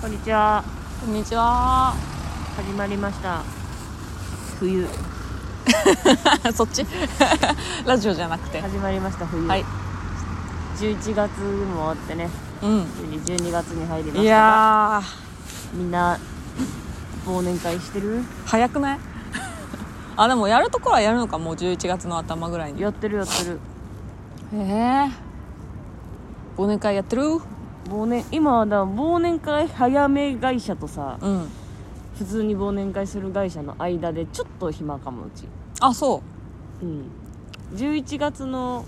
こんにちはこんにちは。 始まりました冬そっち ラジオじゃなくて。始まりました冬、はい。 11月も終わってねうん。ついに12月に入りましたがいやー、みんな忘年会してる早くない あ、でもやるところはやるのか、もう11月の頭ぐらいに。えやってるやってるえー。忘年会やってるう忘年今はだ忘年会早め会社とさん。普通に忘年会する会社の間でちょっと暇かもうちあ、そうん11月の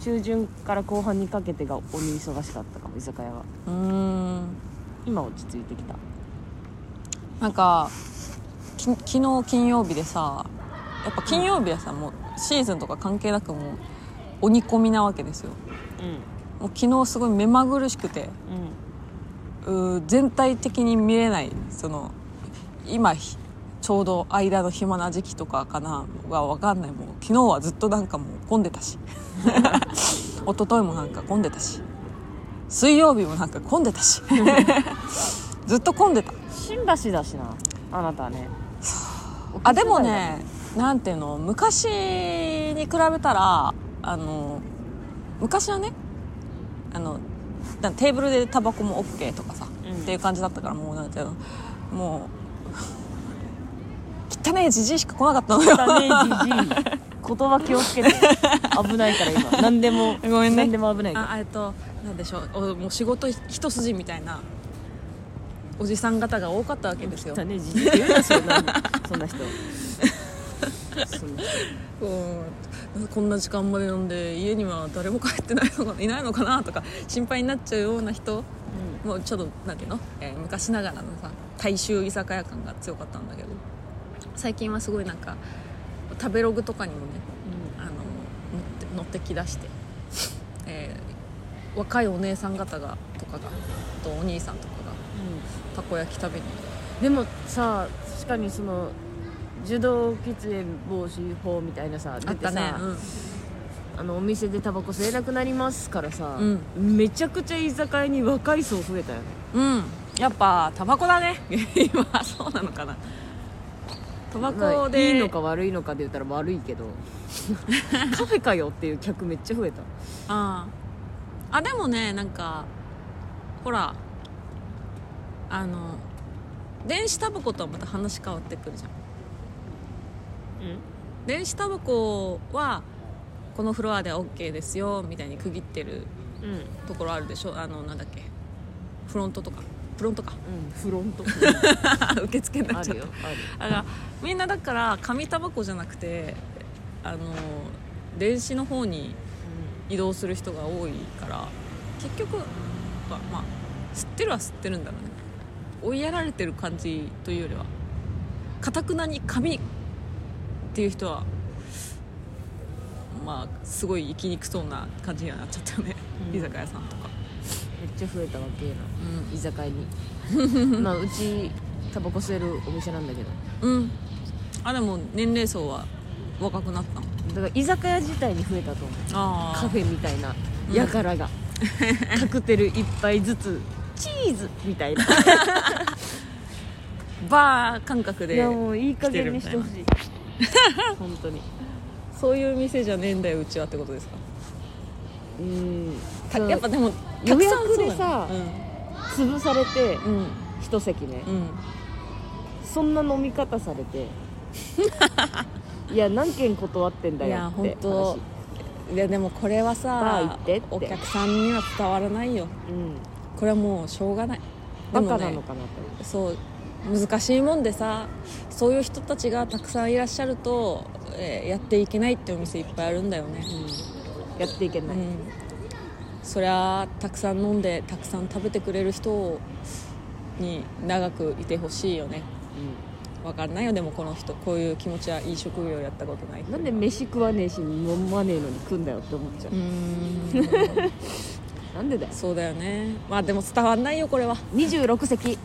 中旬から後半にかけてが鬼忙しかったかも居酒屋はう。うーん。今落ち着いてきたなんか、き昨日金曜日でさ、やっぱ金曜日はさ、もうシーズンとか関係なくもう鬼込みなわけですよ。うもう昨日すごい目まぐるしくて。んうんうー全体的に見れないその今ひちょうど間の暇な時期とかかなは分かんないもう昨日はずっとなんかもう混んでたし 一昨日もなんか混んでたし水曜日もなんか混んでたし ずっと混んでた新橋だしなあなたはねあでもねなんていうの昔に比べたらあの昔はねあのなテーブルでタバコも OK とかさ、うんっていう感じだったからもうなんていうのもう汚いじじいしか来なかったのよ汚ねじじい言葉気をつけて危ないから今何でも ごめんね何でも危ないからあえっとなんでしょうおもう仕事一筋みたいなおじさん方が多かったわけですよ汚ねじじいって言うなそんなそんな人そんな人うん、こんな時間まで飲んで家には誰も帰ってないのかいないのかなとか心配になっちゃうような人もうちょっとなんていうの、えー昔ながらのさ大衆居酒屋感が強かったんだけど最近はすごいなんか食べログとかにもねあの乗って乗ってきだして、えー若いお姉さん方がとかがあとお兄さんとかがたこ焼き食べにでもさ確かにその受動喫煙防止法みたいなさあ出ってさたね、あのお店でタバコ吸えなくなりますからさ、うんめちゃくちゃ居酒屋に若い層増えたよねうん、うん、やっぱタバコだね 今そうなのかなタバコまあで、いいのか悪いのかで言ったら悪いけどカフェかよっていう客めっちゃ増えたあああでもねなんかほらあの電子タバコとはまた話変わってくるじゃん電子タバコはこのフロアで OK ですよみたいに区切ってるうんうんところあるでしょあのなんだっけフロントとかフロントか フロント受付になあっちゃっるたよだからみんなだから紙タバコじゃなくてあの電子の方にあ移動する人が多いから結局はまあ吸ってるは吸ってるんだろうね追いやられてる感じというよりはかたくなに紙っていう人はまあすごい生きにくそうな感じにはなっちゃったよね、うん居酒屋さんとか、るめっちゃ増えたわけやな居酒屋に まあうちタバコ吸えるお店なんだけどうん、うん、あでも年齢層は若くなったのだから居酒屋自体に増えたと思うあカフェみたいなうんやから が、カクテル一杯ずつチーズみたいなバー感覚いでやもういい加減にしてほしい 本当にそういう店じゃねえんだようちはってことですかうんたやっぱでも予約そうだねでさ潰されてうんうん一席ねうんそんな飲み方され ていや何件断ってんだいやよっ本て当話いやでもこれバはー行さってってお客さんには伝わらないようんこれはもうしょうがないバもカねなのかなとそう難しいもんでさそういう人たちがたくさんいらっしゃると、えーやっていけないってお店いっぱいあるんだよね、やっていけうない、ん、そりゃたくさん飲んでたくさん食べてくれる人に長くいてほしいよねわかんないよでもこの人こういう気持ちはいい職業やったことないうんなんで飯食わねえし飲まねえのに食うんだよって思っちゃう う、ーんなんでだよそうだよねまあでも伝わんないよこれは26席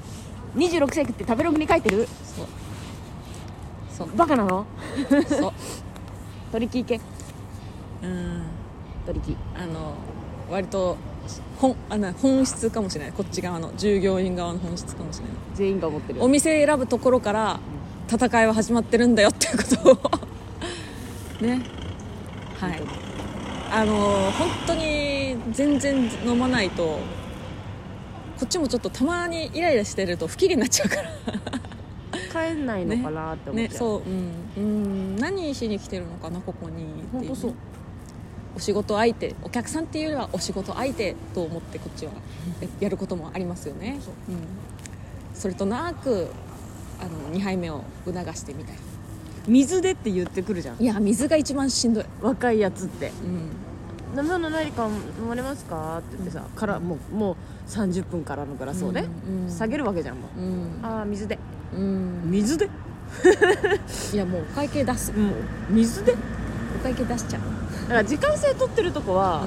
26席って食べログに書いてる そうそうバカなのそう取り木行けうん取り木あの割と本あな本質かもしれないこっち側の従業員側の本質かもしれない全員が思ってるお店選ぶところから戦いは始まってるんだよっていうことを ねはいあのー本当に全然飲まないとこっちもちょっとたまにイライラしてると不機嫌になっちゃうから帰んないのかなって思っねちゃう、そううん、うん、何しに来てるのかなここにってい本当そうお仕事相手お客さんっていうよりはお仕事相手と思ってこっちはえやることもありますよねそううん、それとなくあの2杯目を促してみたい水でって言ってくるじゃんいや水が一番しんどい、若いやつってう「ん、飲み物ないか飲まれますか?」って言ってさからもうもう30分からのグラスをね、うんうん下げるわけじゃんもううんああ水でうん水でいやもうお会計出すもう水でお会計出しちゃう、だから時間制取ってるとこは、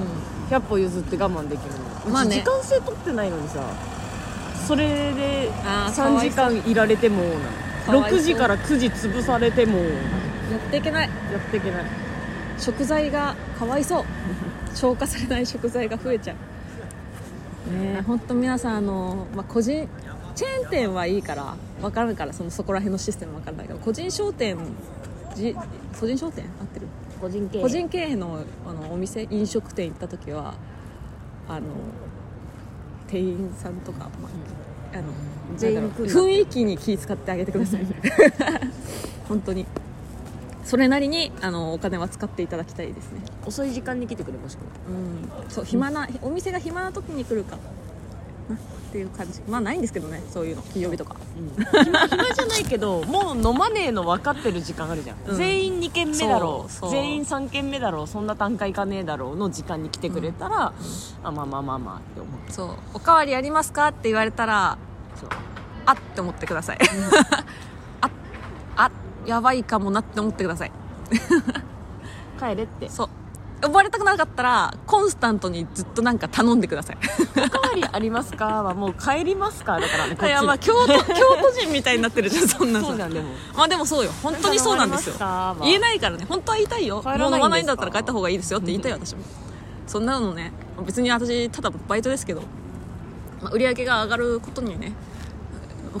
う100歩譲って我慢できるの、まあねうち時間制取ってないのにさそれであー3時間いられてもなかのわいそう6時から9時潰されてもん、やっていけないやっていけない食材がかわいそう消化されない食材が増えちゃうね本当皆さんあの、まあ、個人チェーン店はいいから分からんからそのそこら辺のシステム分からないけど個人商店じ個人商店合ってる個人経個人経営のあのお店飲食店行った時はあの店員さんとか、まあ、あの全員なんだろ来うるな雰囲気に気使ってあげてください 本当にそれなりにあのお金は使っていただきたいですね遅い時間に来てくれましうんそう暇なお店が暇な時に来るかなっていう感じまあないんですけどねそういうの金曜日とかた、うん、暇暇じゃないけどもう飲まねえの分かってる時間あるじゃん、うん全員2軒目だろうそうそう全員3軒目だろうそんな単価いかねえだろうの時間に来てくれたら、あまあまあまあまあって思うそう「おかわりありますか?」って言われたらそうあって思ってください ああやばいかもなって思ってください帰れってそう呼ばれたくなかったらコンスタントにずっとなんか頼んで くださいおかわりありますかはもう帰りますかだからねこっちいやま あ京都京都人みたいになってるじゃんそんなそうじゃさんでもまあでもそうよ本当にそうなんですよなんか飲まれますかは言えないからね本当は言いたいよ帰らないんですもかう飲まないんだったら帰った方がいいですよって言いたいよ私もそんなのね別に私ただバイトですけど、まあ、売り上げが上がることにね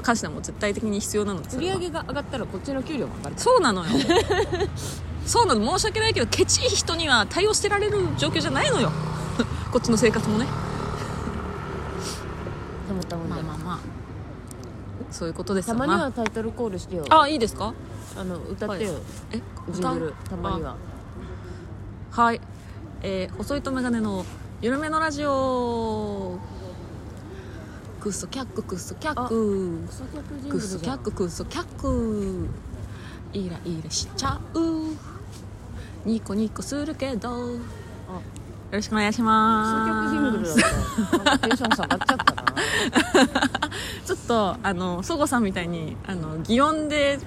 関してはもう絶対的に必要なのでそ売れりは上げが上がったらこっちの給料も上がるそうなのよ そうなの申し訳ないけどケチい人には対応してられる状況じゃないのよ こっちの生活もねたまたままあまあまあそういうことですたよまにはなタイトルコールしてよあいいですかあの歌ってよはいえジングルたまにはあはいえー、細いとメガネの緩めのラジオクソキャッククソキャッククソ客ジングクルじゃソんキャッククソキャックイライラしちゃうニコニコするけどよあろしくお願いクしソます客ジングルだったなんかテンション下がっちゃったなちょっとあのそごさんみたいにあの擬音で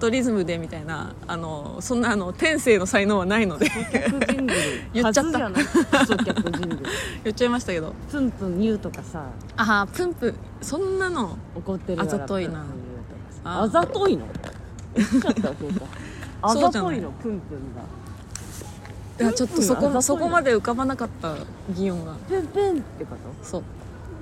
とリズムでみたいなあのそんなあの天性の才能はないので客ジングル言っちゃ数ったじゃないクソ客ジングル 言っちゃいましたけどツンツン言うとかさああプンプンそんなの怒ってるならあざといなプンプン言うとかさああざといの言っちゃ ったそうかあそうじざゃとないいのプンプンがいやちょっとそプンプンあざといこのそこまで浮かばなかった擬音がプンプンってことそう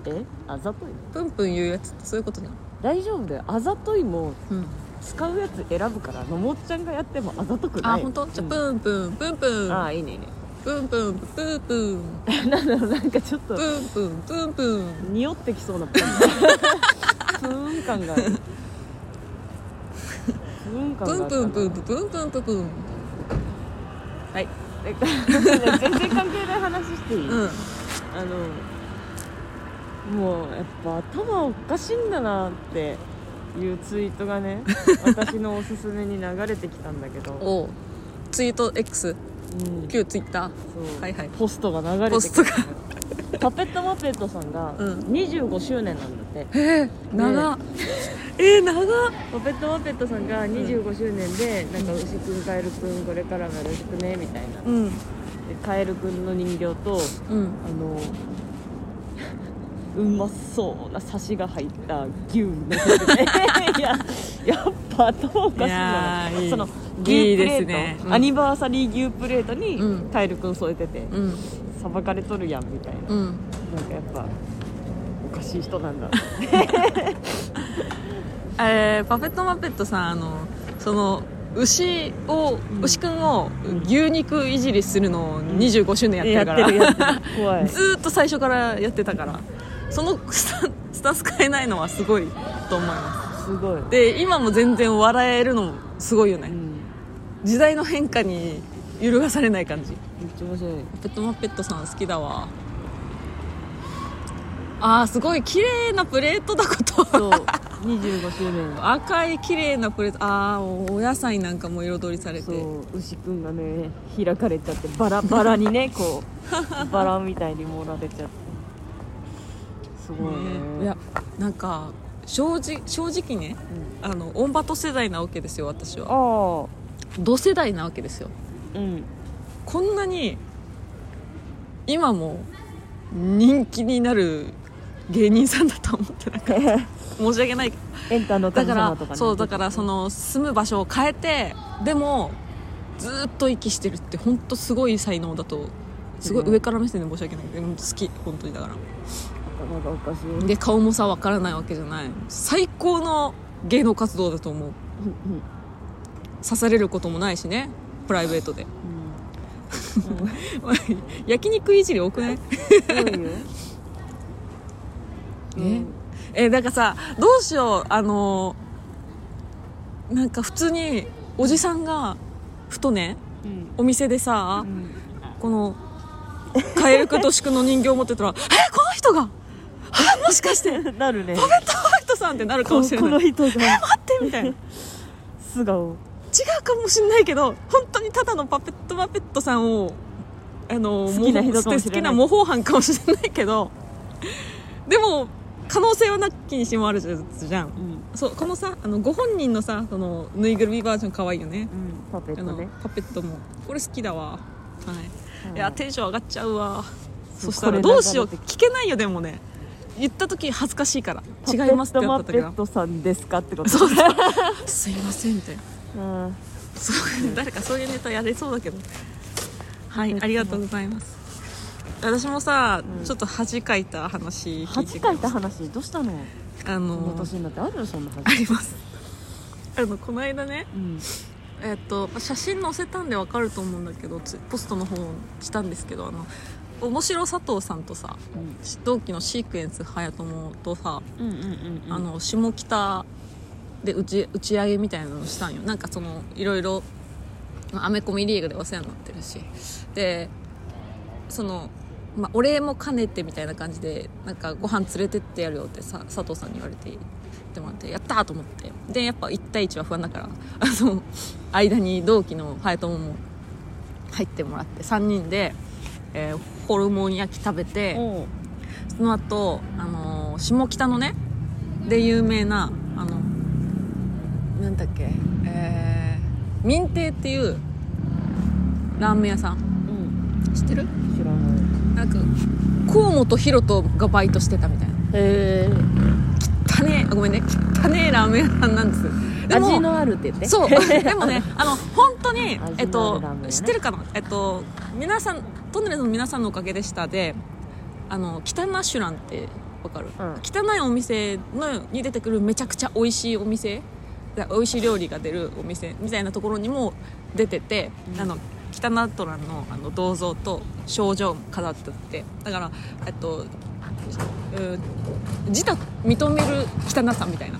えあざといのプンプン言うやつってそういうことじゃん、大丈夫だよあざといもうん、使うやつ選ぶからのもっちゃんがやってもあざとくあない本当じゃあンプンプンプンプンああいいねいいねプンプンプンプンなんだろうなんかちょっとプンプンプンプン匂ってきそうな プンプーン感があるプーンプ感があンプンプンンプンプンプンプンプンはい全然関係ない話していい、うんあのもうやっぱ頭おかしいんだなっていうツイートが ね私のおすすめに流れてきたんだけど、おうツイート X うん、旧ツイッターそうはいはいポストが流れてポストがパペットマペットさんがうん25周年なんだって、長っえー、長っパペットマペットさんが25周年で、なんか牛くんカエルくんこれからもよろしくねみたいなでうんカエルくんの人形とうあんのうまそうなサシが入った牛のせ てていややっぱ頭おかしいないやーいいその牛プレートいいですねうんアニバーサリー牛プレートにうんカエルくん添えてて、うんさばかれとるやんみたいなうんなんかやっぱおかしい人なんだあれパペットマペットさんあのその牛を、うん牛くんを牛肉いじりするのを25周年 やってるから、やってるやってる怖い ずーっと最初からやってたからそのスタスタンス変えないのはすごいと思いますすごい、で今も全然笑えるのもすごいよね、うん、時代の変化に揺るがされない感じめっちゃ 面白いペットマペットさん好きだわあーすごい綺麗なプレートだことそう25周年赤い綺麗なプレートああお野菜なんかも彩りされてそう牛くんがね開かれちゃってバラバラにねこ うバラみたいに盛られちゃってすごいねねいやなんか正直正直ねうんあのオンバト世代なわけですよ私はあ同世代なわけですよあ うんこんなに今も人気になる芸人さんだとは思ってなかった申し訳ないけどエンタのだ神から様とかねそうだからその住む場所を変えてでもずーっと息してるって本当すごい才能だとすごいうん上から目線で申し訳ないけどでも好き本当にだか頭がおかしい、うらで顔もさ分からないわけじゃない最高の芸能活動だと思うん刺されることもないしねプライベートで 焼肉いじり多くないうん、うん、そういう、ね えなんかさどうしようあのなんか普通におじさんがふとねうんお店でさ、うんこのカエルくんとシクの人形を 持ってたら「えこの人があもしかしてうん、なるねハイトさん!」ってなるかもしれこなのい人が待ってみたいな違素顔うかもしれないけど本当にただのパペットマペットさんをあの好きな人かもしれない模倣好きな模倣犯かもしれないけどでも可能性はなきにしもあるじゃんうん、そうこのさあのご本人のさそのぬいぐるみバージョン可愛いよねうん、パペあッのトねパペットもこれ好きだわはいうんいやテンション上がっちゃうわそうそしたこられどうしよう流れて聞けないよでもね言った時恥ずかしいから違いますってなパっペた時ットマペッはトさんですかってことそうそうすいませんみたいな うんそう誰かそういうネタやれそうだけどはいありがとうございます私もさ、うんちょっと恥かいた話聞いて恥かいた話どうしたのあこのの年になってあるよそんなあ恥りますあのこの間ねうんえっと写真載せたんでわかると思うんだけどツイポストの方したんですけどあの面白佐藤さんとさうん同期のシークエンス隼友とさ、うんうんうんあの下北で打ち打ち上げみたいなのをしたんよなんかそのいろいろアメコミリーグでお世話になってるしでその、まあ、お礼も兼ねてみたいな感じでなんかご飯連れてってやるよってさ佐藤さんに言われて行ってもらってやったーと思ってでやっぱ1対1は不安だから あの間に同期の隼友も入ってもらって3人で、えーホルモン焼き食べて。おうその後、あのー下北のねで有名なあのなんだっけえー、民亭っていうラーメン屋さんうん知ってる知らないなんか河本大翔がバイトしてたみたいなへ汚ねえごめんね汚ねえラーメン屋さんなんですえでも味のあるって言ってそう でもねあの本当味にのあるえっとラーメンね知ってるかなえっと皆さんトンネルズの皆さんのおかげでしたであの北ナシュランってわかる、うん汚いお店のに出てくるめちゃくちゃ美味しいお店だ美味しい料理が出るお店みたいなところにも出てて、うんあの北ナトランのあの銅像と賞状も飾っててだからえっとうん自他認める汚さみたいな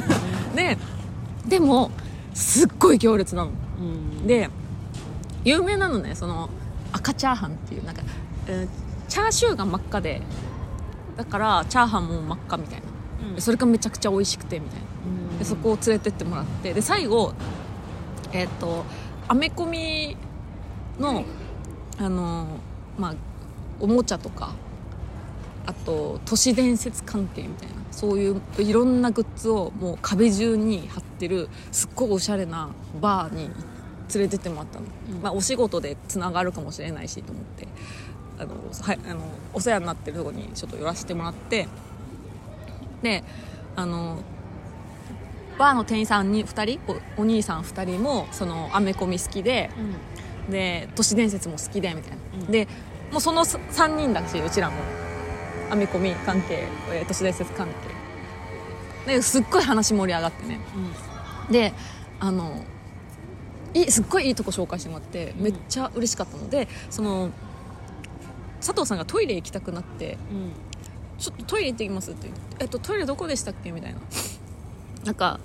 ででもすっごい行列なのうんで有名なのねその赤チャーハンっていうなんか、えーチャーシューが真っ赤でだからチャーハンも真っ赤みたいなうんそれがめちゃくちゃ美味しくてみたいなうんでそこを連れてってもらってで最後えっ、とアメコミのあのまあおもちゃとかあと都市伝説関係みたいなそういういろんなグッズをもう壁中に貼ってるすっごいおしゃれなバーに連れてってもらったの、うんまあ、お仕事でつながるかもしれないしと思ってあの、はい、あのお世話になってるとこにちょっと寄らせてもらってであのバーの店員さんに2人おお兄さん2人もそのアメコミ好きでうんで都市伝説も好きでみたいな、うんでもうその3人だしうちらも編み込み関係、えー都市伝説関係ですっごい話盛り上がってねであのいいすっごいいいとこ紹介してもらってめっちゃ嬉しかったのでその佐藤さんがトイレ行きたくなってうん「ちょっとトイレ行ってきます」って言って「えっと、トイレどこでしたっけ?」みたいな なんか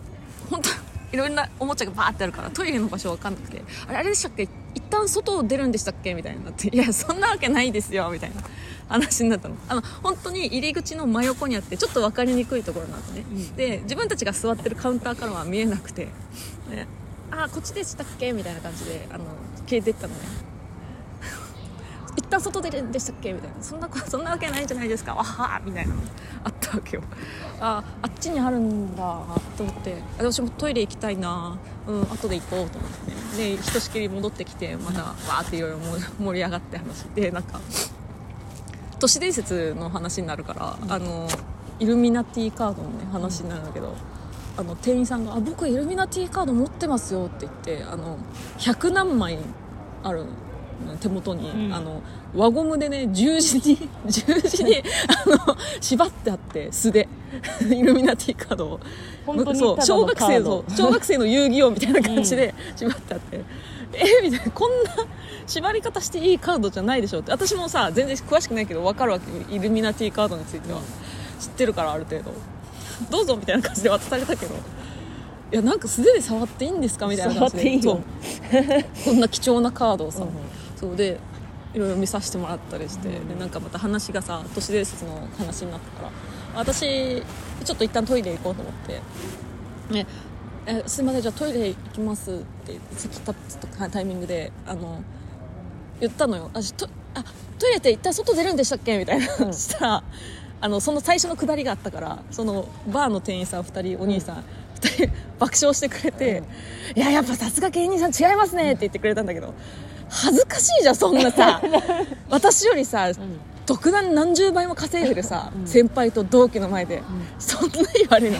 本当 いろんなおもちゃがバーってあるからトイレの場所わかんなくて「あれあれでしたっけ一旦外を出るんでしたっけ?」みたいになって「いやそんなわけないですよ」みたいな 話になったのあの本当に入り口の真横にあってちょっと分かりにくいところなんですね、うんで自分たちが座ってるカウンターからは見えなくて「ね、ああこっちでしたっけ?」みたいな感じであの消えてったのね一旦外ででしたっけみたいなそんなこ そんなわけないじゃないですかわはーみたいなのあったわけよああっちにあるんだと思ってあ私もトイレ行きたいなうん後で行こうと思ってねでひとしきり戻ってきてまたわーっていろいろ 盛り上がって話でなんか都市伝説の話になるから、あのイルミナティカードの、ね、話になるんだけど、あの店員さんがあ「僕イルミナティカード持ってますよ」って言ってあの100何枚あるの手元に、うんあの輪ゴムでね十字に 十字にあの縛ってあって素で イルミナティカードを。本当にそうただ小の学カ生ードの小学生の遊戯王みたいな感じで縛ってあって、えみたいなこんな縛り方していいカードじゃないでしょって私もさ全然詳しくないけど分かるわけイルミナティカードについては、知ってるからある程度どうぞみたいな感じで渡されたけどいやなんか素手で触っていいんですかみたいな感じで触っていいよそうこんな貴重なカードをさ、うんうんそうでいろいろ見させてもらったりして、でなんかまた話がさ都市伝説の話になったから私ちょっと一旦トイレ行こうと思って「ね、えすいませんじゃあトイレ行きます」って席立つとかタイミングであの言ったのよ私トあトイレって一旦外出るんでしたっけみたいな、んしたらあのその最初のくだりがあったからそのバーの店員さん2人お兄さん、2人爆笑してくれて「いややっぱさすが芸人さん違いますね」って言ってくれたんだけど恥ずかしいじゃんそん なさ私よりさ、ん特段何十倍も稼いでるさ、先輩と同期の前で、そんな言われ るの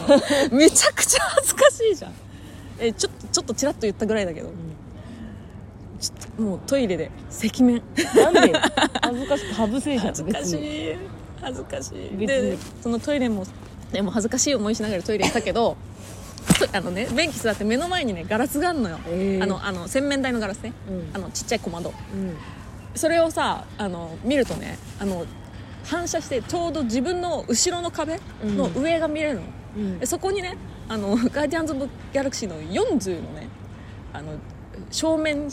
めちゃくちゃ恥ずかしいじゃんえちょっとちょっとちらっと言ったぐらいだけど、ちょっともうトイレで赤面なんで恥ずかしくハブせいじゃん恥ずかし別にい恥ずかしい別でにそのトイレもでも恥ずかしい思いしながらトイレ行ったけどとあのね便器座って目の前にねガラスがあるのよ、えーあのあの洗面台のガラスね、うんあのちっちゃい小窓うんそれをさあの見るとねあの反射してちょうど自分の後ろの壁の上が見れるの、うんでそこにねあの 「ガーディアンズ・オブ・ギャラクシー」の40のねあの正面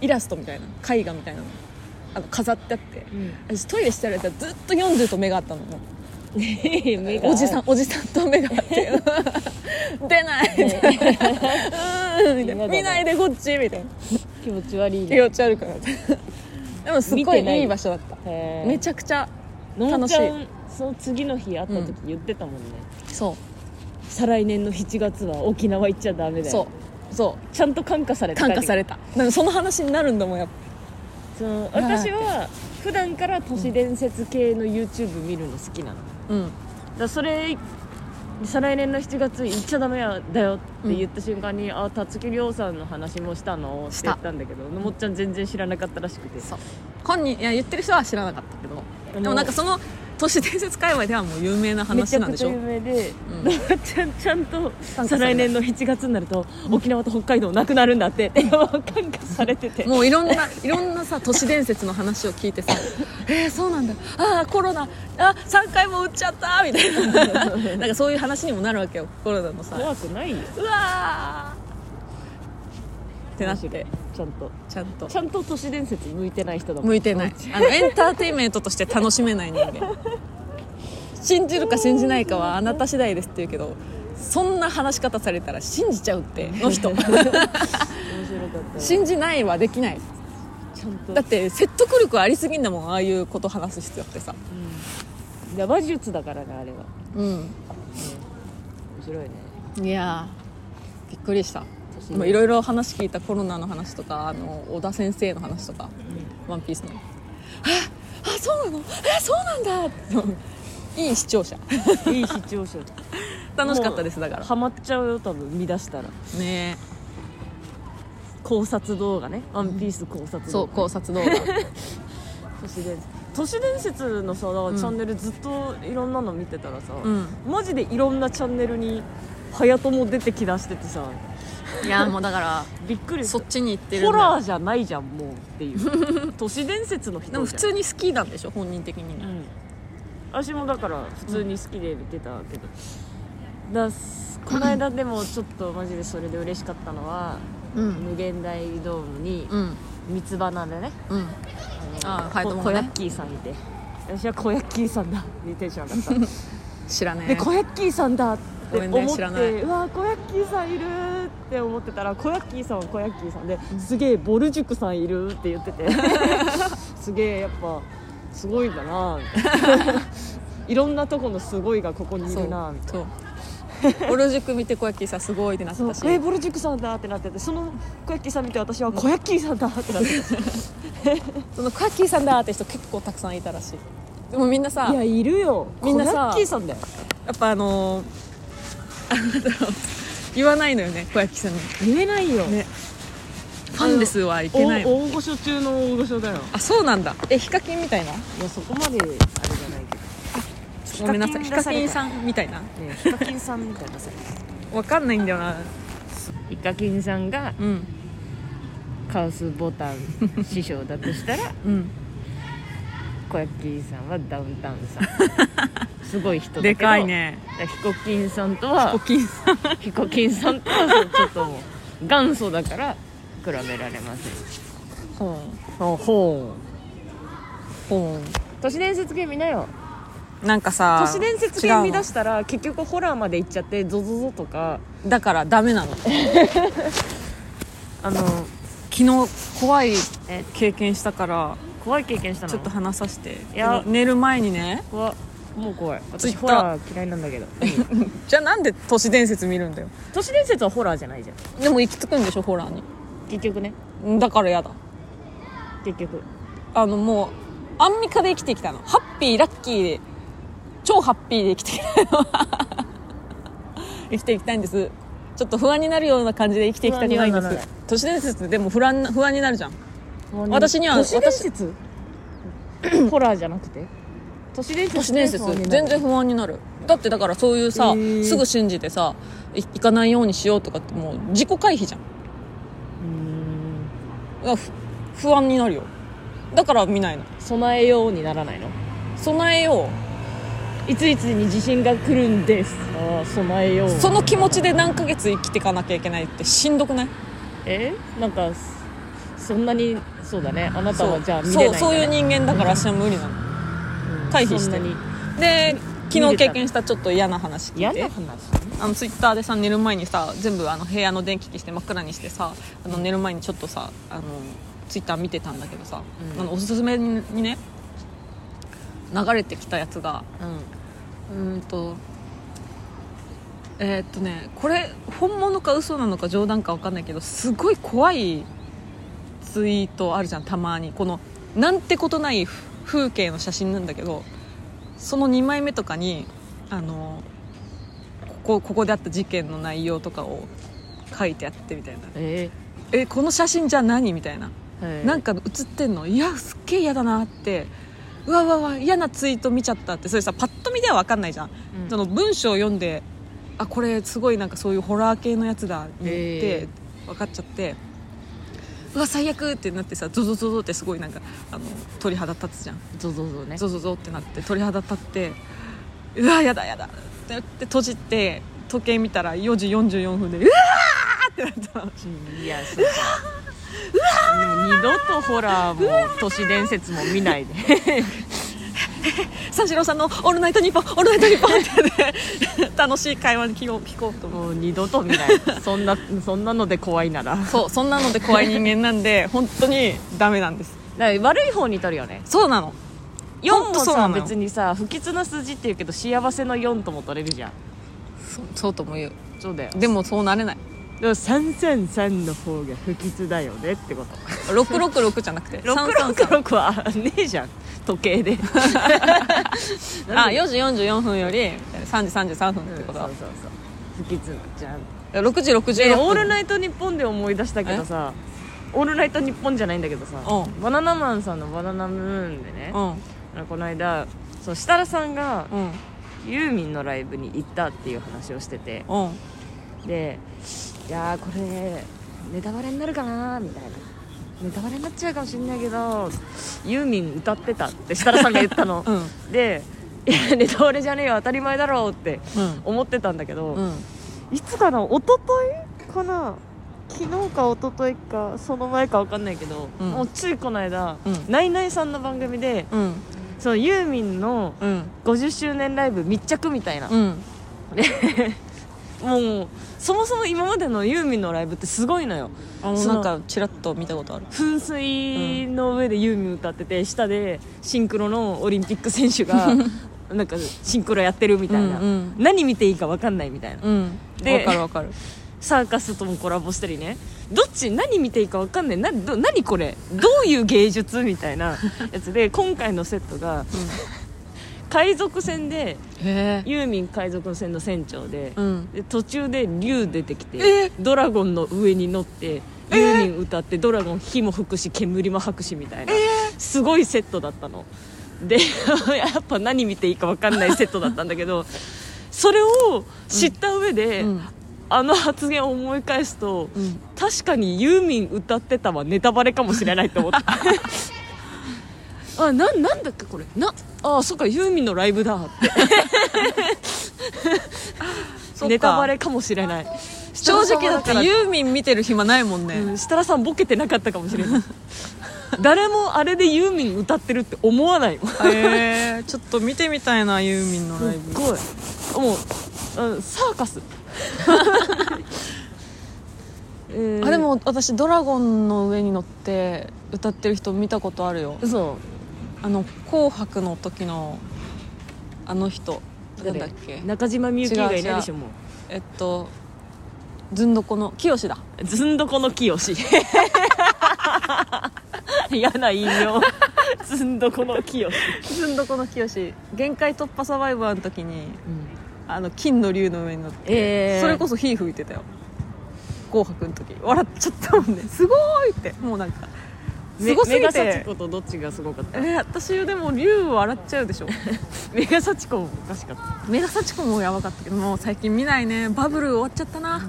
イラストみたいな絵画みたいなのあの飾ってあって、私トイレしてる間ずっと40と目があったのも う目がおじさんおじさんと目があって 出ないみたいな うーんみた嫌だいなな見ないでこっちみたいな気持ち悪い気ね持ち悪くなって でもすご見てないいいい場所だったへーめちゃくちゃのんちゃ楽んその次の日会った時言ってたもんねそ再来年の7月は沖縄行っちゃダメうだよそうそうちゃんと感化された感化されたでもその話になるんだもんやっぱその私は普段から都市伝説系の YouTube 見るの好きなの、だかうんらそれ再来年の7月行っちゃダメだよって言った瞬間に「あ辰木亮さんの話もしたの?」って言ったんだけどのもっちゃん全然知らなかったらしくてそう本人いや言ってる人は知らなかったけどあのでもなんかその都市伝説界隈ではもう有名なめち話ゃなんくでちしゃょ有名で、うんのもっちゃんちゃんと感化さ再れた来年の7月になると沖縄と北海道なく なるんだって、感化されててもういろんないろんな さ都市伝説の話を聞い てさえー、そうなんだああコロナあ3回も打っちゃったみたい ななんかそういう話にもなるわけよコロナのさ怖くないようわーってなってちゃんとちゃんとちゃんと都市伝説向いてない人だもん向いてない あのエンターテインメントとして楽しめない人間 信じるか信じないかはあなた次第ですって言うけどそんな話し方されたら信じちゃうっての 人面白かったよ信じないはできないちゃんとだって説得力ありすぎんだもんああいうこと話す必要ってさうん、話術だからねあれはうん面白いねいやーびっくりした私もういろいろ話聞いたコロナの話とかあの小田先生の話とか「ワンピースの「ああそうなのえそうなんだ」 いい視聴者 いい視聴者楽しかったですだからハマっちゃうよ多分見出したらね考察動画ね「ワンピース考察そ動う画考察動画都市伝説都市伝説のさだからうんチャンネルずっといろんなの見てたらさ、 うんマジでいろんなチャンネルに早友出てきだしててさいやもうだからびっくりし そたっちに行ってるんだホラーじゃないじゃんもうっていう 都市伝説の人じでゃんも普通に好きなんでしょ本人的にうねん私もだから普通に好きで見てたけど、だすこの間でもちょっとマジでそれで嬉しかったのはう無限大ドームにうん三つ花でねうんあーファイこトもね小ヤッキーさんいて私は小ヤッキーさんだにテンション上がった知らねで小ヤッキーさんだってごめん思ねって、知らないうわ小ヤッキーさんいるって思ってたら小ヤッキーさんは小ヤッキーさんで、すげえボル塾さんいるって言って てすげえやっぱすごいんだ なみたいないろんなとこのすごいがここにいそるうなみたいな。そうオルジュク見て小焼さんすごいってなってそうたしえーボル塾さんだってなっててその小ヤッキーさん見て私は小ヤッキーさんだってな っててその小焼さんだって人結構たくさんいたらしいでもみんなさいやいるよみんなさ小ヤッキーさんだよやっぱあのー、 言わないのよね小焼さんに言えないよ、ねファンですはいけないお大御所中の大御所だよあそうなんだえヒカキンみたいないやそこまであれじゃないけどごめんなさいヒヒカキカキンン出ささんみたいなねヒカキンさんみたいなさわかんないんだよなヒカキンさんがうんカウスボタン師匠だとした らうん小ヤッキーさんはダウンタウンさ んすごい人だけどでかいねだからヒコキンさんとおはきんさんヒコキンさんとはちょっともう元祖だから比べられませんほほほうほ都市伝説系見なようなんかさ都市伝説系違うの見出したら結局ホラーまで行っちゃってゾゾゾとかだからダメなの昨あの日怖い経験したから怖い経験したのちょっと話させていや寝る前にね怖もう怖い私 Twitter ホラー嫌いなんだけど じゃあなんで都市伝説見るんだよ都市伝説はホラーじゃないじゃんでも行き着くんでしょホラーに結局ねうんだからやだ結局あのもうアンミカで生きてきたのハッピーラッキーで超ハッピーで生きてきたの生きていきたいんですちょっと不安になるような感じで生きていきたくないん不安にではならなすい都市伝説ってでも不安な不安になるじゃん私には都市伝説ホラーじゃなくて都市伝説都市伝説全然不安になるだってだからそういうさ、へーすぐ信じてさい行かないようにしようとかってもう自己回避じゃんうんだからふ不安になるよだから見ないの備えようにならないの備えよいついつに地震が来るんですああ備えよううその気持ちで何ヶ月生きていかなきゃいけないってしんどくないえなんかそんなにそうだねあなたそはうじゃあ見れないんそうだねそういう人間だから私は無理なのうん回避してそんなにで見れ昨日た経験したちょっと嫌な話聞嫌いてな話あのツイッターでさ寝る前にさ全部あの部屋の電気消して真っ暗にしてさあの寝る前にちょっとさあのツイッター見てたんだけどさ、うんあのおすすめににね流れてきたやつがうーんとえーっとねこれ本物か嘘なのか冗談か分かんないけどすごい怖いツイートあるじゃんたまにこのなんてことないふ風景の写真なんだけどその2枚目とかにあのここここであった事件の内容とかを書いてあってみたいなえ「えこの写真じゃ何?」みたいなえなんか映ってんのいやすっげえ嫌だなってうわうわうわ嫌なツイート見ちゃったってそれさパッと見では分かんないじゃん、うんその文章を読んであこれすごいなんかそういうホラー系のやつだって言って、へ分かっちゃってうわ最悪ってなってさゾゾゾゾってすごいなんかあの鳥肌立つじゃんゾゾゾねゾゾゾってなって鳥肌立ってうわやだやだってなって閉じて時計見たら4時44分でうわーってなったのいやそうそうもう二度とホラーも都市伝説も見ないで三四郎さんの「オールナイトニッポン」「オールナイトニッポン」って、ね、楽しい会話に聞こう聞こうと思うもう二度と見ないそんなそんなので怖いならそうそんなので怖い人間なんで本当にダメなんですだから悪い方にとるよねそうなの4本も当そうさなのよ別にさ不吉な数字っていうけど幸せの4とも取れるじゃんそそうとも言うそうだよでもそうなれないでも333の方が不吉だよねってこと666じゃなくて333 666はねえじゃん時計であ4時44分より3時33分ってことそはうそうそう不吉なじゃん6時で66オー分ルナイトニッポンで思い出したけどさオールナイトニッポンじゃないんだけどさうバナナマンさんの「バナナムーン」でねうんこの間そう設楽さんがうんユーミンのライブに行ったっていう話をしててうんでいやーこれネタバレになるかなーみたいなネタバレになっちゃうかもしんないけどユーミン歌ってたって設楽さんが言ったのうんでいやネタバレじゃねえよ当たり前だろうって思ってたんだけど、うんいつかな一昨日かな昨日か一昨日かその前か分かんないけど、うんもうついこの間、うんナイナイさんの番組でうんそのユーミンのうん50周年ライブ密着みたいな、うんもうそもそも今までのユーミンのライブってすごいのよあのそのなんかチラッと見たことある噴水の上でユーミン歌ってて下でシンクロのオリンピック選手 がなんかシンクロやってるみたいな、うんうん何見ていいか分かんないみたいなうんでわかるわかるサーカスともコラボしたりねどっち何見ていいか分かんないなど何これどういう芸術みたいなやつで今回のセットが海賊船でへえユーミン海賊船の船長で,、うんで途中で竜出てきて、えドラゴンの上に乗ってユーミン歌ってドラゴン火も吹くし煙も吐くしみたいな、すごいセットだったので やっぱ何見ていいか分かんないセットだったんだけどそれを知った上で、うんあの発言を思い返すと、うん確かにユーミン歌ってたはネタバレかもしれないと思ったあななんだっけこれなあそっかユーミンのライブ だってそっかネタバレかもしれない正直だってユーユーミン見てる暇ないもんうねん設楽さんボケてなかったかもしれ ない誰もあれでユーミン歌ってるって思わないもんすへえ ちょっと見てみたいなユーミンのライブごいもう、うん、サーカ スえーあでも私ドラゴンの上に乗って歌ってる人見たことあるよそあの「紅白」の時のあの人なんだっけ中島みゆき以外いないでしょ違もうえっとずんどこの清だずんどこのきよ し嫌な引用ずんどこのきよし、ずんどこの清限界突破サバイバーの時にあの金の竜の上に乗って、えーそれこそ火吹いてたよ紅白の時笑っちゃったもんねすごいってもうなんかすごすぎメガサチてコとどっちがすごかった えー私でも竜笑っちゃうでしょメガサチコもおかしかった メガサチコもやばかったけどもう最近見ないねバブル終わっちゃったな、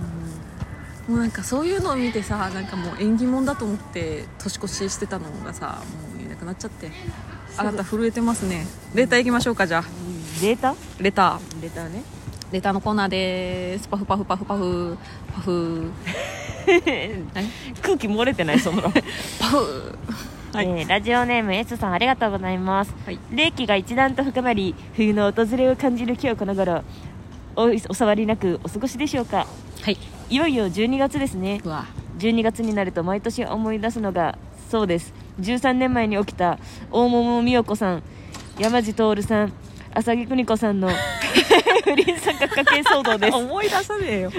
もうなんかそういうのを見てさなんかもう縁起物だと思って年越ししてたのがさもういなくなっちゃってあなた震えてますねレター行きましょうかじゃあデータレターデータねレターのコーナーですパフパフパフパフパ フ空気漏れてないそ のパフはいえーラジオネーム S さんありがとうございます、はい冷気が一段と深まり冬の訪れを感じる今日この頃おお触りなくお過ごしでしょうかはいいよいよ12月ですねうわ12月になると毎年思い出すのがそうです13年前に起きた大桃美代子さん山地徹さん浅木邦子さんの 不倫三角化系騒動です思い出さねえ よ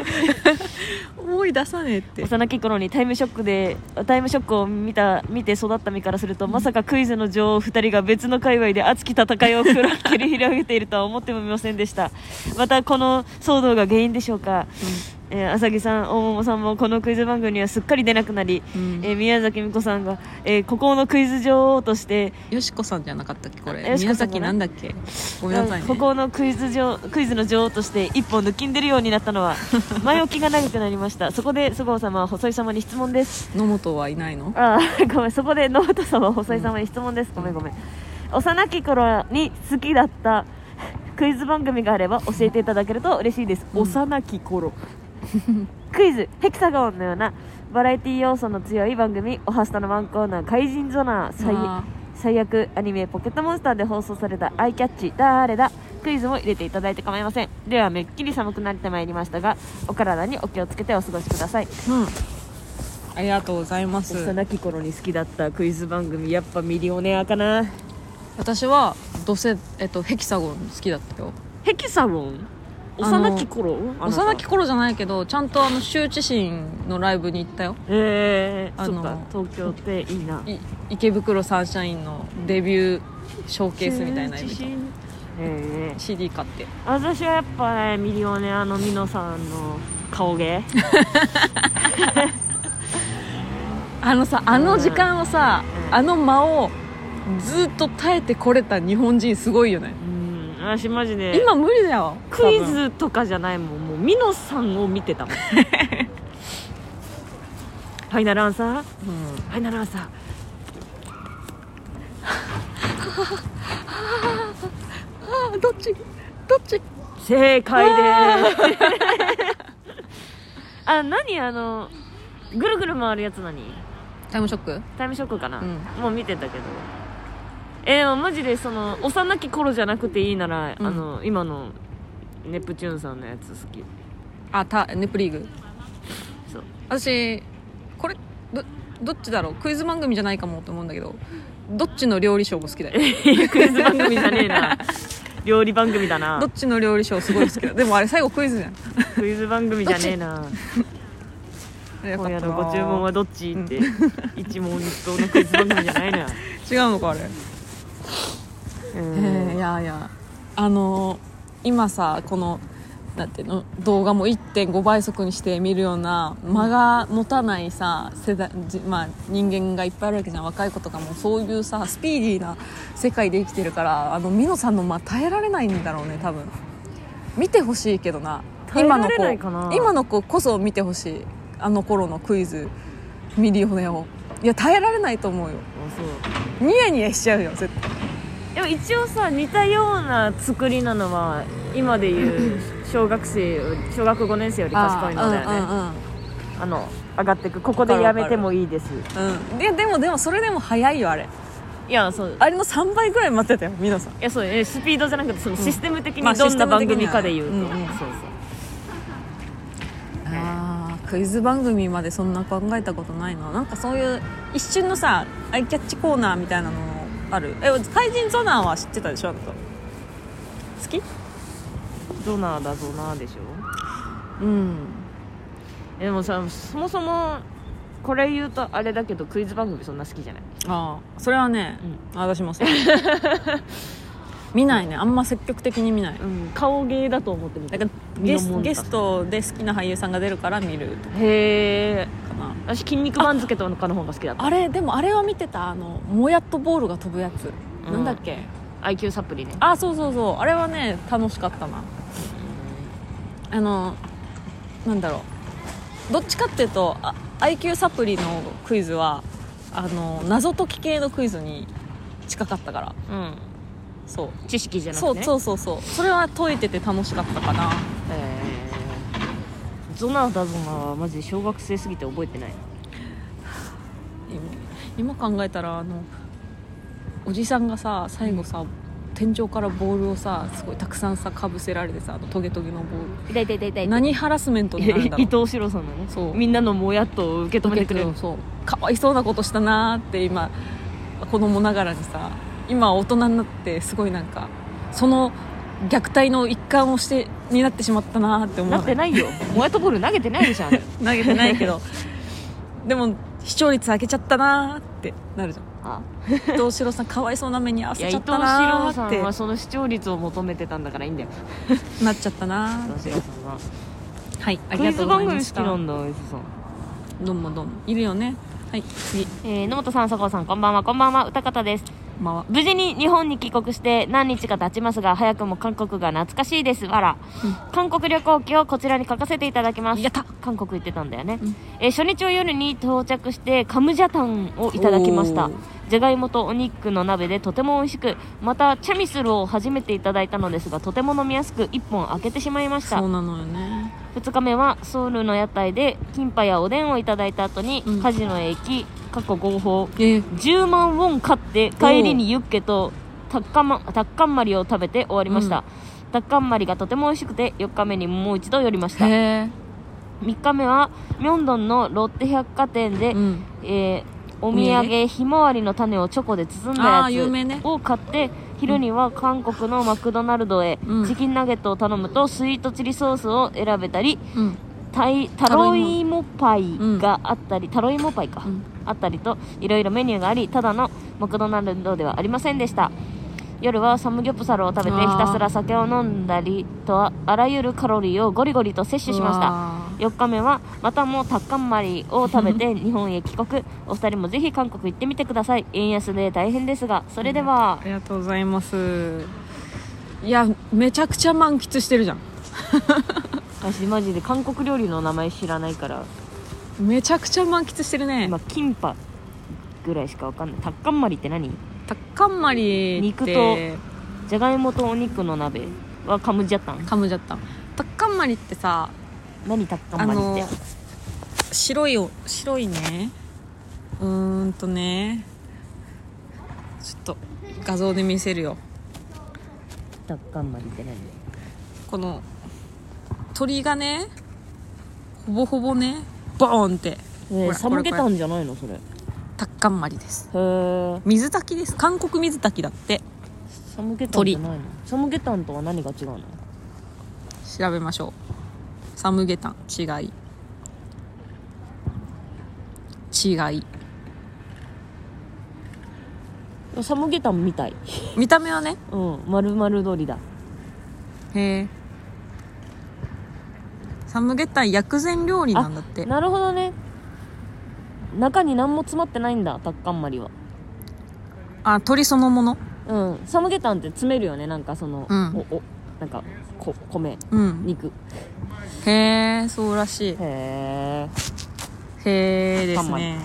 思い出さねえって幼き頃にタイムショックでタイムショックを見た見て育った身からするとまさかクイズの女王2人が別の界隈で熱き戦いを繰り繰り広げているとは思ってもみませんでしたまたこの騒動が原因でしょうか、えー浅木さん大桃さんもこのクイズ番組にはすっかり出なくなり、うんえー宮崎美子さんが、えー孤高のクイズ女王としてよしこさんじゃなかったっけこれあよし宮こさんか崎ななんだっけごめんなさいね孤高のクイズ女クイズの女王として一本抜きんでるようになったの は前置きが長くなりましたそこで菅生様細井様に質問です野本はいないのああごめんそこで野本様細井様に質問です、ごめんごめん幼き頃に好きだったクイズ番組があれば教えていただけると嬉しいです、幼き 頃クイズヘキサゴンのようなバラエティ要素の強い番組「おはスタ」のワンコーナー「怪人ゾナー」最あ最悪アニメ「ポケットモンスター」で放送された「アイキャッチだーれだ」クイズも入れていただいて構いませんではめっきり寒くなってまいりましたがお体にお気をつけてお過ごしくださいうんありがとうございます幼き頃に好きだったクイズ番組やっぱミリオネアかな私はどうせ、えっと、ヘキサゴン好きだったよヘキサゴンあの幼き頃あなた幼き頃じゃないけどちゃんとあの羞恥心のライブに行ったよえー、あそのっか東京っていいない池袋サンシャインのデビューショーケースみたいなイベントええ CD 買って私はやっぱ、ね、ミリオネアのミノさんの顔芸あのさあの時間をさうんあの間をうんずっと耐えてこれた日本人すごいよねうん私マジで今無理だよクイズとかじゃないもんもうミノさんを見てた もんファイナルアンサーフ多分うんァイナルアンサーあーどっちどっち正解です あ何あのぐるぐる回るやつ何タイムショックタイムショックかな、うんもう見てたけどえー、マジでその幼き頃じゃなくていいなら、うんあの今のネプチューンさんのやつ好き あたネプリーグそう私これどどっちだろうクイズ番組じゃないかもと思うんだけどどっちの料理ショーも好きだよクイズ番組じゃねえな料理番組だなどっちの料理ショーすごい好きだでもあれ最後クイズじ ゃんクイズ番組じゃねえなよか今った夜なのご注文はどっちって、一問一答のクイズ番組じゃ ないな、違うのかあれうえーいん、やいやあのー今さこのなんていうの動画も1.5倍速にして見るような間が持たないさ世代、じまあ、人間がいっぱいあるわけじゃん若い子とかもそういうさスピーディーな世界で生きてるからあの美濃さんの間耐えられないんだろうね多分見てほしいけどな耐えられないかな今の子今の子こそ見てほしいあの頃のクイズミリオネをいや耐えられないと思うよあそうニヤニヤしちゃうよ絶対でも一応さ似たような作りなのは今でいう小学生より小学5年生より賢いのだよねうんうんうんあの上がってくここでやめてもいいですうん、ででもでもそれでも早いよあれいやそうあれの3倍ぐらい待ってたよ皆さんいやそうえスピードじゃなくてそのシステム的まあにどんな番組かで言うと、システム的にはねうんうんそうそうあークイズ番組までそんな考えたことないななんかそういう一瞬のさアイキャッチコーナーみたいなのあるえ怪人ゾナーは知ってたでしょあなた好きドナーだゾナーでしょうんえでもさそもそもこれ言うとあれだけどクイズ番組そんな好きじゃないああそれはね、私もそう 見ないねあんま積極的に見ないうん顔芸だと思ってみだてから身ゲのもんスだゲストで好きな俳優さんが出るから見るとへえかな私筋肉番付とかの方が好きだったあれでもあれは見てたあのもやっとボールが飛ぶやつ、うんなんだっけ IQ サプリねあそうそうそうあれはね楽しかったなあのなんだろうどっちかっていうとあ IQ サプリのクイズはあの謎解き系のクイズに近かったからうんそう知識じゃなくそて、うね、そうそうそうそれは解いてて楽しかったかなえーゾナーだゾナーはマジで小学生すぎて覚えてない今今考えたらあのおじさんがさ最後さ、天井からボールをさすごいたくさんさかぶせられてさあのトゲトゲのボール痛い痛い痛い痛何ハラスメントになるんだろ伊う藤四郎さんのねそうみんなのもやっとを受け止めてくれるそうかわいそうなことしたなーって今子供ながらにさ今大人になってすごいなんかその虐待の一環をしてになってしまったなーって思なわってないないよ もやっとボール投げてないでしょあれ投げてないけどでも視聴率上げちゃったなーってなるじゃん あ伊藤四郎さんかわいそうな目に遭わいやせ伊ちゃ藤っ四たな郎さーっんはてその視聴率を求めてたんだからいいんだよなっちゃったな伊ーっ藤四て郎さんははいありクイがとズうござ番い組ま好しきたなんだ伊藤さんどうもどうもいるよねはい次えー野本さん佐川さんこんばんはこんばんは歌方ですまは無事に日本に帰国して何日か経ちますが早くも韓国が懐かしいですわら、韓国旅行記をこちらに書かせていただきますやった韓国行ってたんだよね、うんえー初日を夜に到着してカムジャタンをいただきましたおーじゃがいもとお肉の鍋でとても美味しくまたチャミスルを初めていただいたのですがとても飲みやすく1本開けてしまいましたそうなのよね2日目はソウルの屋台でキンパやおでんをいただいた後に、うんカジノへ行き過去合法えー10万ウォン買って帰りにユッケとタッカンマタッカンマリを食べて終わりました、タッカンマリがとても美味しくて4日目にもう一度寄りました3へ日目はミョンドンのロッテ百貨店で、えうんえーお土土産産ひまわりの種をチョコで包んあだやー有名ねつを買って昼には韓国のマクドナルドへ、うんチキンナゲットを頼むとスイートチリソースを選べたりうんタイタロイモパイがあったり、タロイモパイか、うんあったりといろいろメニューがありただのマクドナルドではありませんでした夜はサムギョプサルを食べてあひーたすら酒を飲んだりとはあらゆるカロリーをゴリゴリと摂取しました4日目はまたもタッカンマリを食べて日本へ帰国お二人もぜひ韓国行ってみてください円安で大変ですがそれではありがとうございますいやめちゃくちゃ満喫してるじゃん私マジで韓国料理の名前知らないからめちゃくちゃ満喫してるね今キンパぐらいしかわかんないタッカンマリって何タッカンマリっ肉てとじゃがいもとお肉の鍋はカムジャタンカムジャタンタッカンマリってさ何タッカンマリってあの白いお白いねうーんとねちょっと画像で見せるよタッカンマリって何この鳥がねほぼほぼねボーンってねほえらサムゲタンじゃないのそれへタッカンマリですえ水炊きです韓国水炊きだってサムゲタンじゃないのサムゲタンとは何が違うの調べましょうサムゲタン違い違いサムゲタンみたい見た目はねうん丸々通りだへえサムゲタン薬膳料理なんだってなるほどね中に何も詰まってないんだタッカンマリはあ鳥そのものうんサムゲタンって詰めるよねなんかその、うんおおなんかこ米うん肉へへえそうらしいえへえでタすンマリね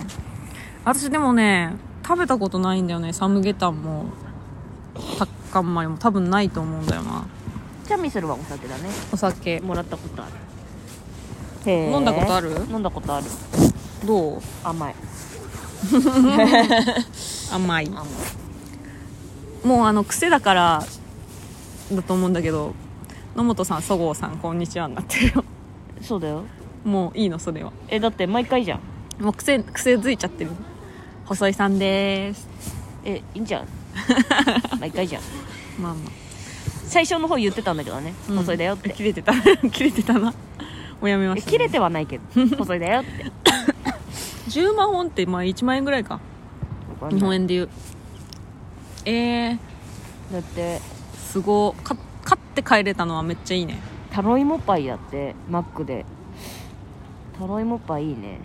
私でもね食べたことないんだよねサムゲタンもタッカンマリも多分ないと思うんだよなチャミスルはお酒だねお酒もらったことあるへ飲んだことある飲んだことあるどう甘い甘い甘いもうあの癖だからだと思うんだけど野本さんそごうさんこんにちはになってるよそうだよもういいのそれはえだって毎回じゃんもう癖癖づいちゃってる細井さんですえいいんじゃ ん毎回じゃんまあま最初の方言ってたんだけどね、うん細いだよっあて切れてた 切れてたなおやめまえした、切れてはないけど細いだよ って10万本ってまあ1万円ぐらいか日本円で言うえー、だってすごか買って帰れたのはめっちゃいいねタロイモパイだってマックでタロイモパイいいね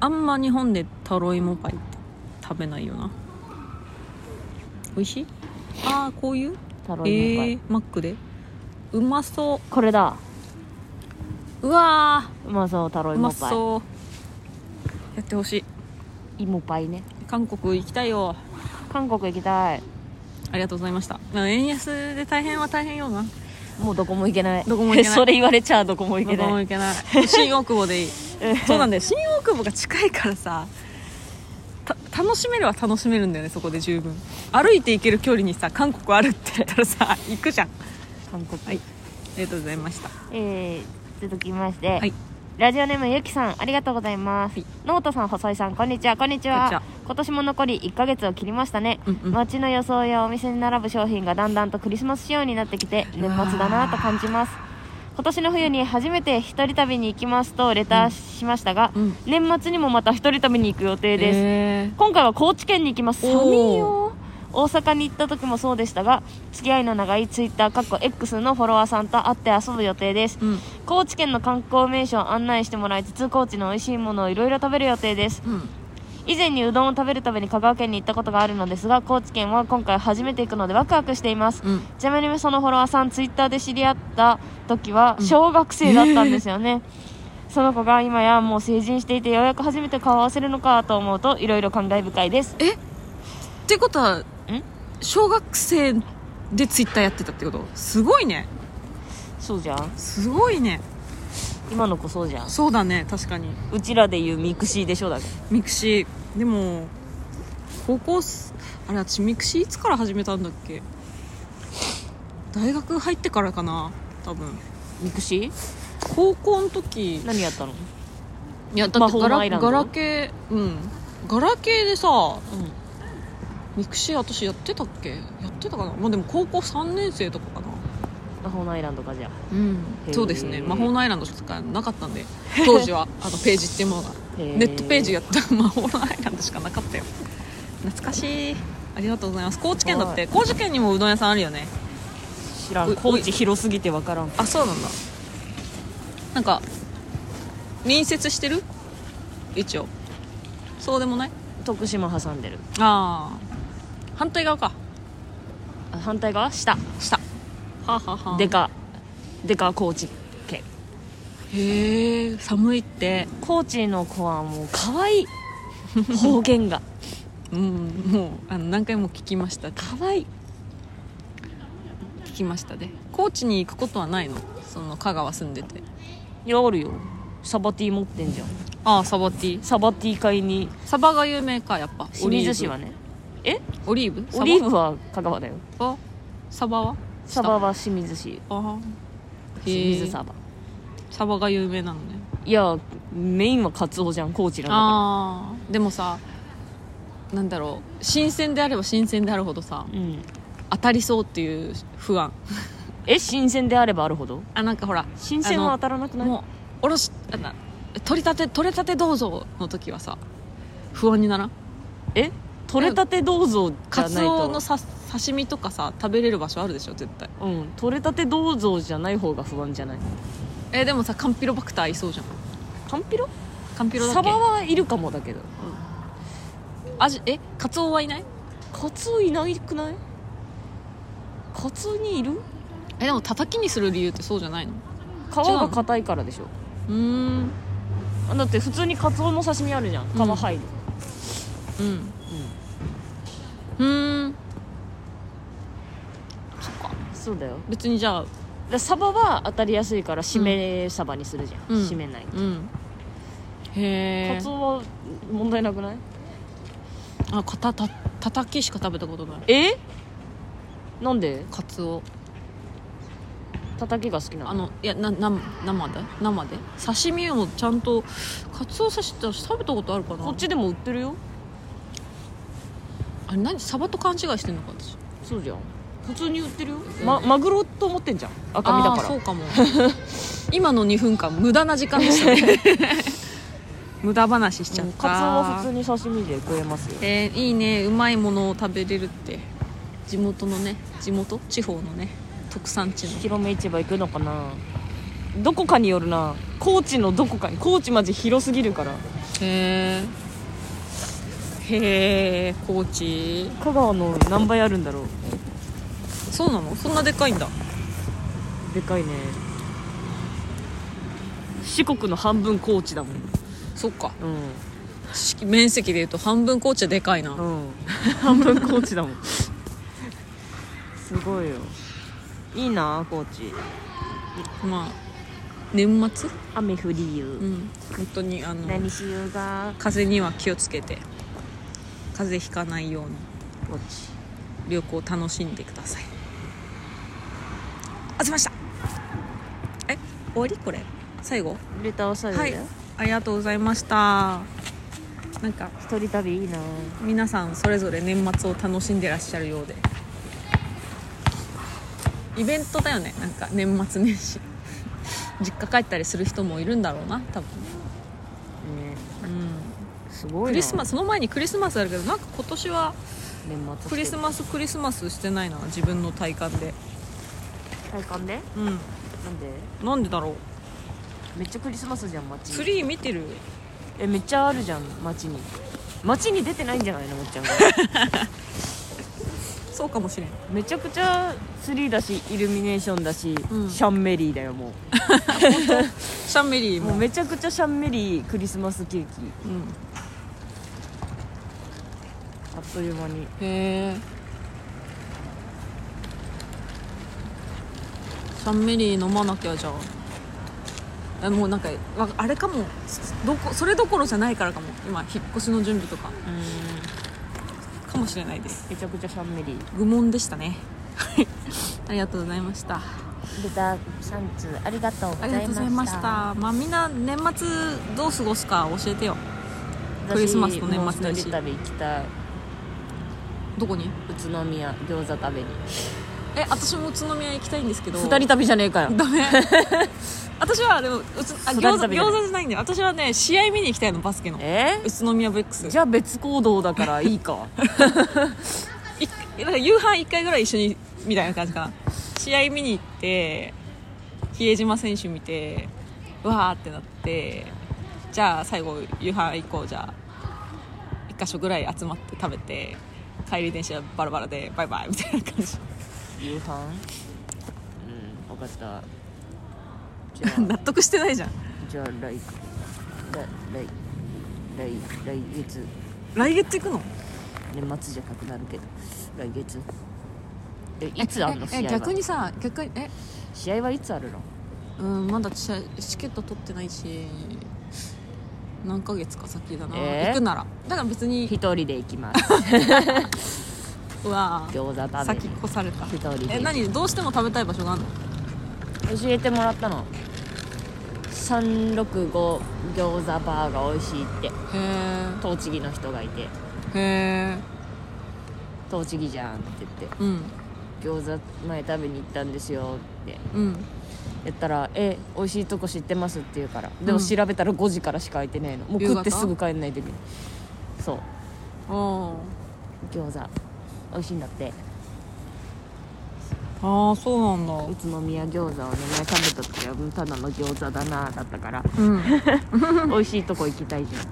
あんま日本でタロイモパイって食べないよな美味しいああこういうタロえイモパイ、ー、マックでうまそこれだううわうまそうタローイうまモパイそうやってほしいイモパイね韓国行きたいよ韓国行きたいありがとうございましたまあ円安で大変は大変よなもうどこも行けないどこも行けな いそれ言われちゃうどこも行けどこもない行けない新大久 保でいいそうなんだよ新大久保が近いからさた楽しめるは楽しめるんだよねそこで十分歩いて行ける距離にさ韓国あるって言ったらさ行くじゃんあ韓国、はいりがとうございましたえー、続きまして、はいラジオネームゆきさんありがとうございます、はいノートさん細井さんこんにちはこんにちはこんにちは今年も残り1ヶ月を切りましたね、うんうん街の装いやお店に並ぶ商品がだんだんとクリスマス仕様になってきて年末だなと感じます今年の冬に初めて一人旅に行きますとレターしましたが、うん年末にもまた一人旅に行く予定です、え今回は高知県に行きますおー寒いよ大阪に行った時もそうでしたが付き合いの長いツイッターかっこ X のフォロワーさんと会って遊ぶ予定ですー、うん高知県の観光名所を案内してもらいつつ高知の美味しいものをいろいろ食べる予定ですうん以前にうどんを食べるために香川県に行ったことがあるのですが高知県は今回初めて行くのでワクワクしていますうんちなみにそのフォロワーさんツイッターで知り合った時はうん小学生だったんですよね、その子が今やもう成人していてようやく初めて顔を合わせるのかと思うといろいろ感慨深いですってことは小学生でツイッターやってたってことすごいねそうじゃんすごいね今の子そうじゃんそうだね確かにうちらで言うミクシーでしょだけミクシーでも高校すあれ私ミクシーいつから始めたんだっけ大学入ってからかな多分ミクシー高校の時何やったのいやだ魔って法ガのアイラランドガラケーうんガラケーでさうんミクシー私やってたっけやってたかなまあでも高校3年生とかかな魔法のアイランドかじゃあうんへーそうですね魔法のアイランドしかなかったんで当時 はあのページっていうものがネネットページやったら魔法のアイランドしかなかったよ懐かしいあありがとうございます高知県だって高知県にもうどん屋さんあるよね知らおんい高知広すぎて分からんあそうなんだなんか隣接してる一応そうでもない徳島挟んでるああ反対側かあ反対側下下はあ、はあはあ、でかでか高知県へえ寒いって高知の子はもう可愛い方言がうんもうあの何回も聞きました 可愛い聞きましたね高知に行くことはないのその香川住んでていやあるよサバティ持ってんじゃんああサバティサバティ買いにサバが有名かやっぱ清水市はねえオリーブオリーブは香川だよサバサバはサバは清水市ああ清水ササバサバが有名なのねいやメインはカツオじゃん高知なんだかああでもさなんだろう新鮮であれば新鮮であるほどさらうん当たりそうっていう不安え新鮮であればあるほどあなんかほら新鮮は当たらなくないもうおろしあな取りたて取れたてどうぞの時はさ不安にならんえ取れたてどうぞじゃカなツいオのとさ刺身とかさ食べれる場所あるでしょ絶対うん取れたてどうぞじゃない方が不安じゃないえでもさカンピロバクターいそうじゃんカンピロカンピロだサっけバはいるかもだけどアジえカツオはいないカツオいないくないカツオにいるえでもたたきにする理由ってそうじゃないの皮違うがの硬いからでしょうーんあだって普通にカツオの刺身あるじゃん皮うん入る、うんうんんそっかそうだよ別にじゃあでサバは当たりやすいから締めサバにするじゃん、うん締めないうんへえカツオは問題なくないあかたたたたきしか食べたことないえなんでカツオたたきが好きなのあのいやなな生で生で刺身をちゃんとカツオ刺しって食べたことあるかなこっちでも売ってるよあれ何サバと勘違いしてんのか私そうじゃん普通に売ってるよま、マグロと思ってんじゃん赤身だかあーそらうかも 今の2分間無駄な時間でした ね無駄話しちゃっうんたカツオは普通に刺身で食えますよえーいいねうまいものを食べれるって地元のね地元地方のね特産地の広め市場行くのかなどこかによるな高知のどこかに高知マジ広すぎるからへえへえ高知香川の何倍あるんだろうそうなのそんなでかいんだでかいね四国の半分高知だもんそっかうし面積でいうと半分高知はでかいなんうん半分高知だもん すごいよいいな高知まあ年末雨降りゆううん本当にあの何しゆうが風邪には気をつけて風邪ひかないように高知旅行楽しんでくださいあつましたえ終わりこれ最後レターをされはいるよありがとうございましたなんか一人旅いいな皆さんそれぞれ年末を楽しんでらっしゃるようでイベントだよねなんか年末年始 実家帰ったりする人もいるんだろうな多分ねうんすごいなクリスマスその前にクリスマスあるけどなんか今年は年末クリスマスクリスマスしてないな自分の体感でス体感でうんなんでなんでだろうめっちゃクリスマスじゃん街ツリー見てるえめっちゃあるじゃん街に街に出てないんじゃないのもっち ゃんがそうかもしれんめちゃくちゃツリーだしイルミネーションだし、うんシャンメリーだよもシャンメリーうももうめちゃくちゃシャンメリークリスマスケーキうん、あっという間にへえシャンメリー飲まなきゃじゃあえもうなんかわあれかもそどこそれどころじゃないからかも今引っ越しの準備とかかもしれないですめちゃくちゃシャンメリー愚問でしたね はいありがとうございましたレター3通ありがとうごあざりがいとうございままししたたまあみんな年末どう過ごすか教えてよクリスマスと年末年私もう始一人旅行きたいどこに宇都宮餃子食べにえ私も宇都宮行きたいんですけど 二人旅じゃねえかよダメ 私はでもうつあ育餃て子たみたい餃子じゃないんで私はね試合見に行きたいのバスケのえ宇都宮ブレック スじゃあ別行動だからいいかやなんか夕飯1回ぐらい一緒にみたいな感じかな試合見に行って比江島選手見てわーってなってじゃあ最後夕飯行こうじゃあ1か所ぐらい集まって食べて帰り電車バラバラでバイバイみたいな感じ夕飯うん分かったじゃ 納得してないじゃんあじゃあ来来来来来月来月行くの年末じゃなくなるけど来月えいつあるの試合えは逆にさ逆にえ試合はいつあるのうんまだチチケット取ってないし何ヶ月か先だな、えー行くならだから別に一人で行きます うわー餃子食べに先越された一人でえ何どうしても食べたい場所があるの教えてもらったの365餃子バーが美味しいってへ栃木の人がいてえへえ栃木じゃんって言ってうん餃子前食べに行ったんですよってうんやったら「え美味しいとこ知ってます」って言うからでもうん調べたら5時からしか空いてねえのもう夕方食ってすぐ帰んないといけないそうあ餃子美味しいんだってあああそうなんだ宇都宮餃子をね前食べた時はうんただの餃子だなだったから うん美味しいとこ行きたいじゃん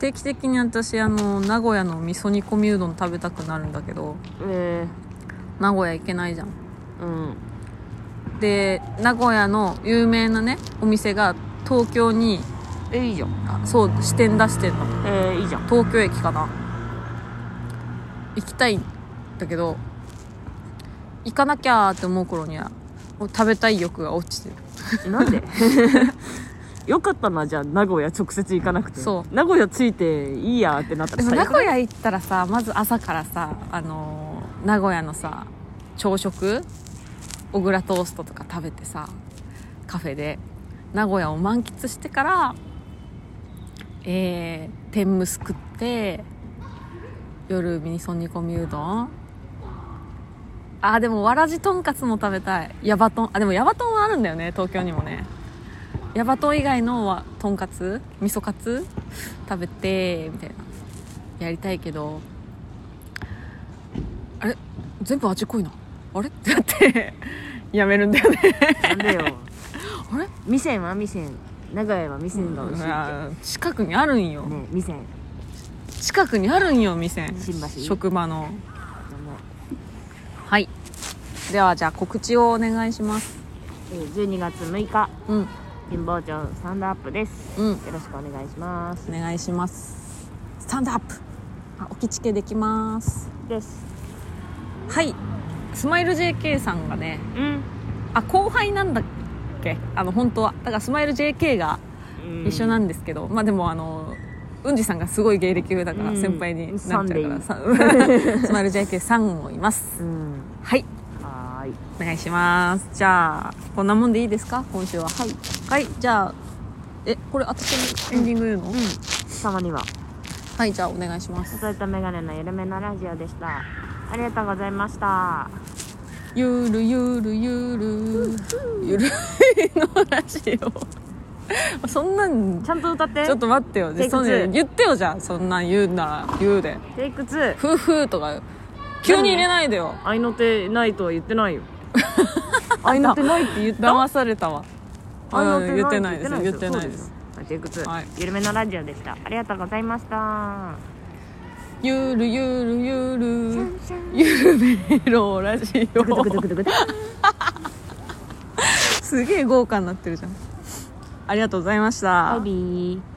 定期的に私あの名古屋の味噌煮込みうどん食べたくなるんだけどえ名古屋行けないじゃんー、うんで名古屋の有名なねお店が東京にえいいじゃんあそう支店出してんのえー、いいじゃん東京駅かな行きたいんだけど行かなきゃーって思う頃にはもう食べたい欲が落ちてるなんで よかったなじゃあ名古屋直接行かなくてそう名古屋着いていいやってなったでらも最名悪古屋行ったらさまず朝からさあのー名古屋のさ朝食小倉トーストとか食べてさカフェで名古屋を満喫してからえー、天むす食って夜ミニソン煮込みうどんあーでもわらじとんかつも食べたいヤバトンあでもヤバトンはあるんだよね東京にもねヤバトン以外のはとんかつ味噌カツ食べてみたいなやりたいけどあれ全部味濃いなあれってなってやめるんだよねなんでよ あれ店は店名古屋は店が美味しいって、近くにあるんよね店でも近くにあるんよ店新橋職場のはいではじゃあ告知をお願いしますえー12月6日うん神保町スタンドアップです、うんよろしくお願いしますお願いしますスタンドアップあおきちけできますですはいスマイル JK さんがねうん、あ後輩なんだっけあの本当はだからスマイル JK が一緒ななんですけど、まあでもあのうんじさんがすごい芸歴上だからうん先輩になっちゃうから、さスマイル JK さんもいますうんはいはーいお願いしますじゃあこんなもんでいいですか今週ははい、じゃあえこれ私にエンディング言うの、たまにははいじゃあお願いします外とメガネの緩めのラジオでしたありがとうございましたゆるゆるゆるゆるいのラジオ そんなんちゃんと歌ってちょっと待ってよテイクツそーうね言ってよじゃあそんなん言うなら言うでテイク2 「夫婦」とか急に入れないでよ愛の手ないとは言ってないよ愛愛のの手手ないって言った騙されたわうん言ってないですよ言ってないですということで、はいゆるめのラジオでしたありがとうございましたゆるゆるゆるゆるめろラジ ドクオドクドクドクすげえ豪華になってるじゃんありがとうございましたバイビー